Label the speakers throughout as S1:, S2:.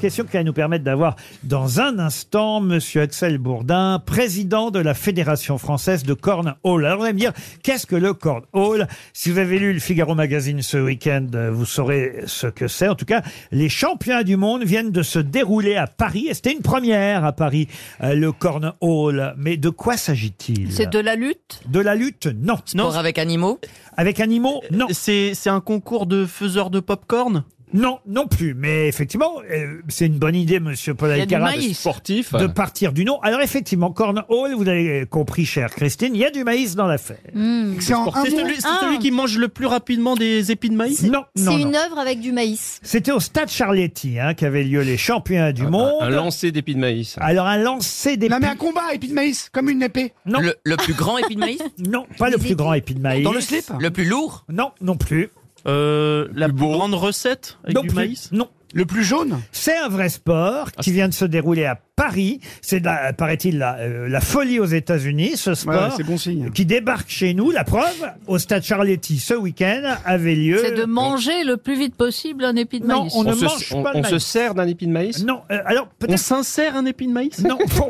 S1: question qui va nous permettre d'avoir dans un instant Monsieur Axel Bourdin, président de la Fédération française de cornhole. Alors vous allez me dire, qu'est-ce que le cornhole Si vous avez lu le Figaro Magazine ce week-end, euh, vous saurez ce que c'est. En tout cas, les championnats du monde viennent de se dérouler à Paris et c'était une première à Paris, euh, le cornhole. Mais de quoi s'agit-il
S2: C'est de la lutte
S1: De la lutte, non.
S3: Sport avec animaux
S1: Avec animaux, non.
S2: Euh,
S4: C'est c'est un concours de faiseurs de pop-corn
S1: Non, non plus. Mais effectivement, euh, c'est une bonne idée, Monsieur Paul
S2: Il y a du
S1: Alcaraz,
S2: maïs.
S5: Sportif.
S1: de partir du nom. Alors effectivement, cornhole, vous avez compris, chère Christine, il y a du maïs dans l'affaire.
S2: Hmm.
S6: C'est en un
S4: C'est
S6: mot.
S4: celui, c'est
S2: Ah.
S4: celui qui mange le plus rapidement des épis de maïs
S1: Non, non,
S7: C'est une
S1: non.
S7: œuvre avec du maïs.
S1: C'était au Stade Charletti hein, qu'avaient lieu les championnats du monde.
S5: Ah, Un lancer d'épis de maïs.
S1: Alors un lancer des
S6: Non, mais un combat, épi de maïs, comme une épée.
S1: Non.
S3: Le, le plus grand épi de maïs
S1: Non, pas le
S7: Des
S1: plus
S7: épis.
S1: grand épi de maïs.
S6: Dans le slip
S3: Le plus lourd
S1: Non, non plus.
S4: Euh, La plus grande recette avec
S1: non
S4: du
S1: plus.
S4: maïs
S1: Non.
S6: Le plus jaune
S1: C'est un vrai sport
S5: Ah,
S1: qui vient de se dérouler à Paris. C'est, de la- paraît-il, la, euh, la folie aux États-Unis, ce
S6: Ouais,
S1: sport.
S6: c'est bon signe.
S1: qui débarque chez nous, la preuve, au Stade Charletti ce week-end, avait
S6: Euh,
S1: lieu...
S2: C'est de manger le plus vite possible un épi de
S1: Non,
S2: maïs.
S1: on ne
S5: se,
S1: mange
S5: on-
S1: pas le
S5: on se
S1: maïs.
S5: sert d'un épi de maïs
S1: Non, euh, alors
S4: On
S1: peut-être...
S4: s'insère un épi de maïs
S1: Non, bon,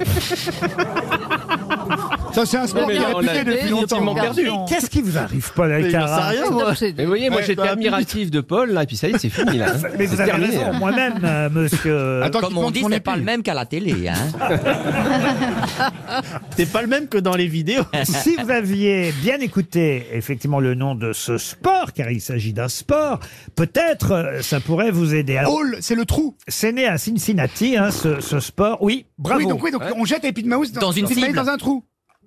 S6: Ça, c'est un sport
S5: mais
S6: qui est
S5: on a
S6: réputé depuis longtemps.
S5: perdu.
S1: qu'est-ce qui vous arrive, Paul
S4: Mais j'en sais
S1: Alcaraz
S4: rien,
S2: C'est
S4: moi.
S2: obsédé.
S5: Mais vous voyez, moi
S6: Ouais,
S5: j'étais
S6: bah,
S5: admiratif de Paul, là, et puis ça y est, c'est fini, là. hein.
S1: Mais vous
S5: C'est
S1: avez
S5: terminé,
S1: raison,
S5: là.
S1: moi-même, euh, monsieur...
S6: Attends,
S3: Comme
S6: qu'il
S3: on
S6: plante
S3: dit,
S6: son
S3: c'est
S6: épée.
S3: pas le même qu'à la télé. Hein.
S4: C'est pas le même que dans les vidéos.
S1: si vous aviez bien écouté effectivement le nom de ce sport, car il s'agit d'un sport, peut-être euh, ça pourrait vous aider. Alors,
S6: Hall, c'est le trou.
S1: c'est né à Cincinnati, hein, ce, ce sport. Oui, bravo.
S6: Oui, donc, oui, donc on jette épi de maïs dans,
S3: Dans une
S6: épi de maïs
S3: cible.
S6: dans un trou.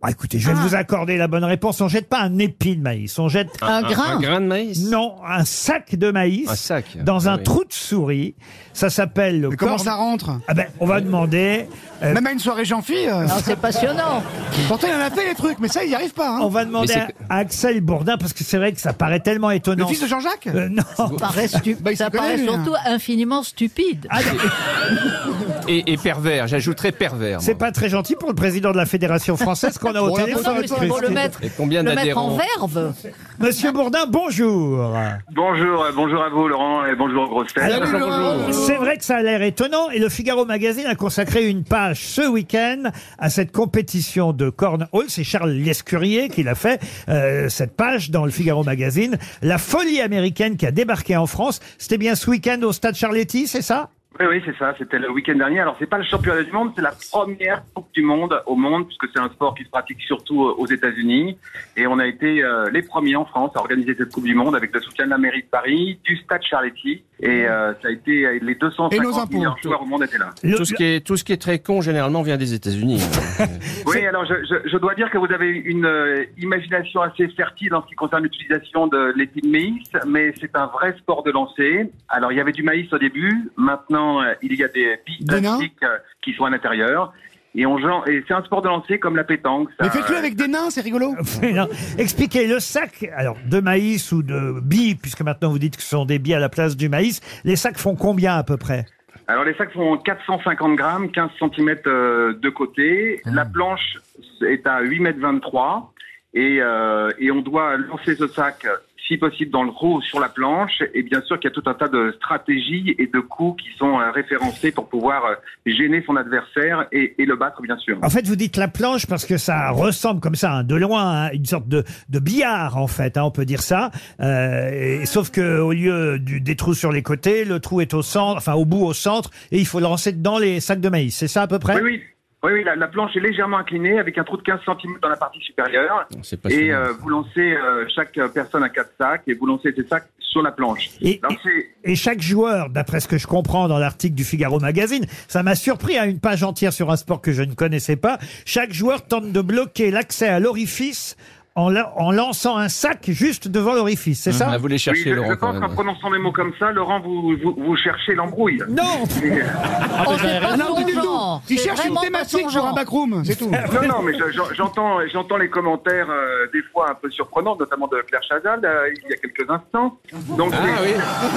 S1: Ah, écoutez, je vais
S2: Ah.
S1: vous accorder la bonne réponse. On jette pas un épi de maïs, on jette
S2: Un grain.
S5: Un grain de maïs
S1: non un sac de maïs
S5: Un sac.
S1: dans
S5: Ah
S1: un
S5: oui.
S1: trou de souris. Ça s'appelle le
S6: Mais comment
S1: corn-
S6: ça rentre
S1: Ah ben, on va demander. euh,
S6: Même à une soirée Jean-Phi, euh,
S2: Non, c'est passionnant.
S6: pourtant il en a fait les trucs, mais ça, il n'y arrive pas.
S1: on
S6: Hein.
S1: va demander
S5: c'est
S1: à, à Axel Bourdin parce que c'est vrai que ça paraît tellement
S6: Le
S1: étonnant.
S6: fils de Jean-Jacques
S1: Euh, non.
S2: Paraît stu-
S6: Bah, il
S2: ça
S6: s'y connaît,
S2: paraît
S6: lui, hein.
S2: surtout infiniment stupide.
S1: Ah, non.
S5: Et, et pervers, j'ajouterais pervers.
S1: C'est
S5: moi.
S1: pas très gentil pour le président de la Fédération française qu'on a au
S6: Pour la
S2: Non,
S1: téléphone.
S2: non, mais c'est pour le
S1: Christine.
S2: mettre,
S5: Et combien
S2: le mettre en
S5: d'adhérents
S2: verve.
S1: Monsieur Bourdin, bonjour.
S8: Bonjour, euh, bonjour à vous Laurent et bonjour Grosse Tête.
S1: Alors, C'est vrai que ça a l'air étonnant et le Figaro Magazine a consacré une page ce week-end à cette compétition de cornhole. C'est Charles Lescurier qui l'a fait, euh, cette page dans le Figaro Magazine. La folie américaine qui a débarqué en France. C'était bien ce week-end au stade Charletti, c'est ça
S8: Oui, oui, c'est ça, c'était le week-end dernier. Alors, c'est pas le championnat du monde, c'est la première Coupe du Monde au monde, puisque c'est un sport qui se pratique surtout euh, aux États-Unis. Et on a été euh, les premiers en France à organiser cette Coupe du Monde avec le soutien de la mairie de Paris, du Stade Charletti. Et euh, ça a été euh, les
S6: Et nos
S8: 250
S6: impôts.
S8: meilleurs joueurs au monde étaient là.
S1: Le-
S5: Tout ce, qui est, tout ce qui est très con, généralement, vient des États-Unis. hein.
S8: Oui, alors je, je, je dois dire que vous avez une euh, imagination assez fertile en ce qui concerne l'utilisation de l'épi de maïs, mais c'est un vrai sport de lancer. Alors il y avait du maïs au début, maintenant euh, il y a des billes
S6: Des nains
S8: plastiques euh, qui sont à l'intérieur. Et, on gen- et c'est un sport de lancer comme la pétanque. ça,
S6: Mais faites-le
S8: euh,
S6: avec des nains, c'est rigolo.
S1: Non. Expliquez le sac, alors de maïs ou de billes, puisque maintenant vous dites que ce sont des billes à la place du maïs. Les sacs font combien à peu près
S8: Alors les sacs font 450 grammes, 15 cm de côté. La planche est à 8 mètres 23 et, euh, et on doit lancer ce sac si possible dans le trou ou sur la planche. Et bien sûr qu'il y a tout un tas de stratégies et de coups qui sont euh, référencés pour pouvoir euh, gêner son adversaire et, et le battre bien sûr.
S1: En fait, vous dites la planche parce que ça ressemble comme ça, hein, de loin, hein, une sorte de, de billard, en fait, hein, on peut dire ça. Euh, et- sauf que au lieu du, des trous sur les côtés, le trou est au centre, enfin au bout, au centre, et il faut lancer dedans les sacs de maïs. C'est ça à peu près
S8: Oui, oui. Oui, oui, la, la planche est légèrement inclinée avec un trou de 15 cm dans la partie supérieure.
S5: C'est pas
S8: Et
S5: sûr.
S8: euh, vous lancez euh, chaque personne à quatre sacs et vous lancez ces sacs sur la planche.
S1: Et,
S8: Alors, c'est-
S1: et- et chaque joueur, d'après ce que je comprends dans l'article du Figaro Magazine, ça m'a surpris à une page entière sur un sport que je ne connaissais pas, chaque joueur tente de bloquer l'accès à l'orifice en, la- en lançant un sac juste devant l'orifice, c'est ça
S5: Ah, vous les
S8: Oui,
S5: cherchez,
S8: je, je
S5: Laurent, quand
S8: pense
S5: même.
S8: qu'en prononçant des mots comme ça, Laurent, vous, vous, vous cherchez l'embrouille. euh,
S1: Non
S8: Mais-
S6: Ah,
S2: Oh, c'est pas
S6: Non,
S2: son
S6: du tout.
S2: genre.
S6: Il
S2: C'est
S6: cherche une
S2: vraiment pas son
S6: thématique pour un
S2: genre.
S6: backroom, c'est tout.
S8: Non, non, mais je- je- j'entends, j'entends les commentaires euh, des fois un peu surprenants, notamment de Claire Chazal euh, il y a quelques instants. Donc,
S5: Ah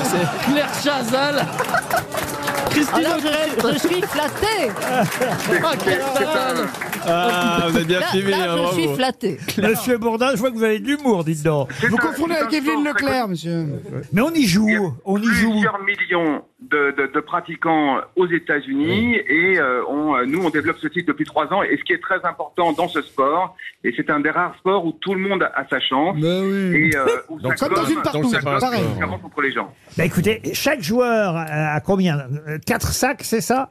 S8: c'est-
S5: oui,
S4: Claire Chazal
S2: Ah
S4: Christine
S2: là,
S4: O'Krell
S2: je, je suis flattée.
S4: Ah, Claire Chazal
S5: Ah, vous êtes bien
S2: Là,
S5: suivi,
S2: là,
S5: hein,
S2: je suis
S5: bravo.
S2: flattée.
S1: Monsieur Bourdin, je vois que vous avez de l'humour, dites donc.
S8: c'est
S6: Vous
S8: un-
S6: confondez
S8: c'est
S6: avec
S8: un
S6: Evelyne
S8: sport, ça
S6: Leclerc, monsieur.
S1: Mais on y
S8: Il y a
S1: joue, on y joue.
S8: Plusieurs millions de, de- de pratiquants aux États-Unis et euh, on, euh, nous on développe ce type depuis trois ans et ce qui est très important dans ce sport et c'est un des rares sports où tout le monde a sa chance
S5: Ben
S7: Mais oui.
S8: et euh, où ça
S6: Comme dans
S8: gomme-
S6: une partout,
S7: donc c'est pas un
S6: pareil.
S7: sport.
S8: ça gomme contre les gens.
S1: Bah écoutez, chaque joueur a a combien Euh, Quatre sacs, c'est ça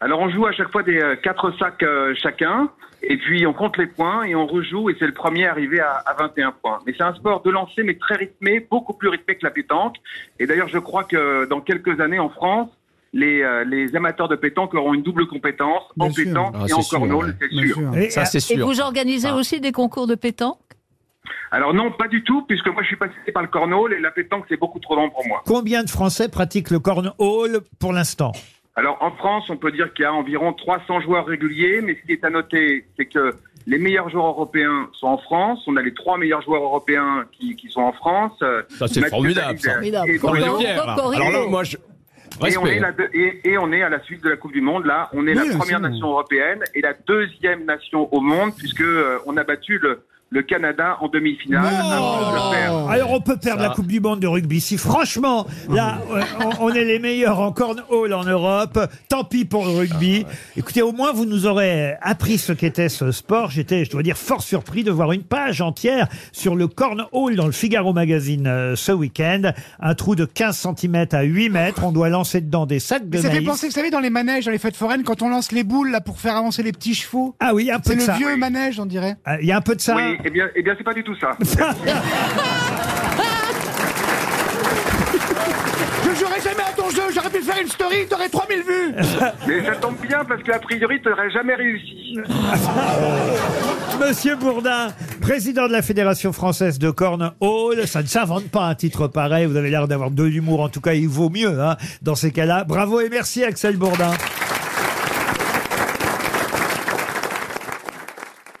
S8: Alors on joue à chaque fois des euh, quatre sacs euh, chacun et puis on compte les points et on rejoue et c'est le premier arrivé à, à 21 points. Mais c'est un sport de lancer mais très rythmé, beaucoup plus rythmé que la pétanque. Et d'ailleurs je crois que dans quelques années en France, les, euh, les amateurs de pétanque auront une double compétence en
S6: Bien sûr.
S8: pétanque
S5: Ah,
S8: et
S5: c'est
S8: en
S5: sûr,
S8: cornhole,
S5: ouais.
S8: c'est
S6: Bien
S8: sûr.
S6: sûr.
S1: Et,
S5: Ah, Ça, c'est
S2: Et
S5: sûr. Ah.
S2: vous organisez aussi des concours de pétanque
S8: Alors non, pas du tout puisque moi je suis passé par le cornhole et la pétanque c'est beaucoup trop long pour moi.
S1: Combien de Français pratiquent le cornhole pour l'instant
S8: Alors en France, on peut dire qu'il y a environ 300 joueurs réguliers, mais ce qui est à noter, c'est que les meilleurs joueurs européens sont en France. On a les trois meilleurs joueurs européens qui, qui sont en France.
S5: Ça, c'est formidable, ça.
S2: Formidable.
S8: Et,
S5: Formidable.
S8: Bordeaux.
S5: Pierre.
S2: Cocorico.
S5: Alors là, moi, je.
S8: Et on est
S5: Respect.
S8: la deux- et, et on est à la suite de la Coupe du Monde. Là, on est
S6: Oui,
S8: la première
S6: c'est-
S8: nation européenne et la deuxième nation au monde, puisque euh, on a battu le, le Canada en demi-finale. Ah, Alors, je perds.
S1: Oh Alors on peut perdre la Coupe du Monde de rugby si franchement là euh, on, on est les meilleurs en cornhole en Europe. Tant pis pour le rugby. Écoutez au moins vous nous aurez appris ce qu'était ce sport. J'étais je dois dire fort surpris de voir une page entière sur le cornhole dans le Figaro Magazine euh, ce week-end. Un trou de 15 cm à 8 mètres. On doit lancer dedans des sacs de
S6: Mais ça fait
S1: maïs.
S6: penser, vous savez, dans les manèges, dans les fêtes foraines, quand on lance les boules là pour faire avancer les petits chevaux.
S1: Ah oui un peu
S6: C'est
S1: de
S6: le
S1: ça.
S6: vieux manège, on dirait.
S1: Ah, Il y a un peu de ça.
S8: Oui, eh bien, eh bien, c'est pas du tout ça.
S6: Je jouerai jamais à ton jeu, j'aurais pu faire une story, t'aurais 3000 vues
S8: Mais ça tombe bien parce qu'a priori, tu n'aurais jamais réussi.
S1: Monsieur Bourdin, président de la Fédération française de cornhole, ça ne s'invente pas un titre pareil. Vous avez l'air d'avoir de l'humour, en tout cas, il vaut mieux hein, dans ces cas-là. Bravo et merci, Axel Bourdin.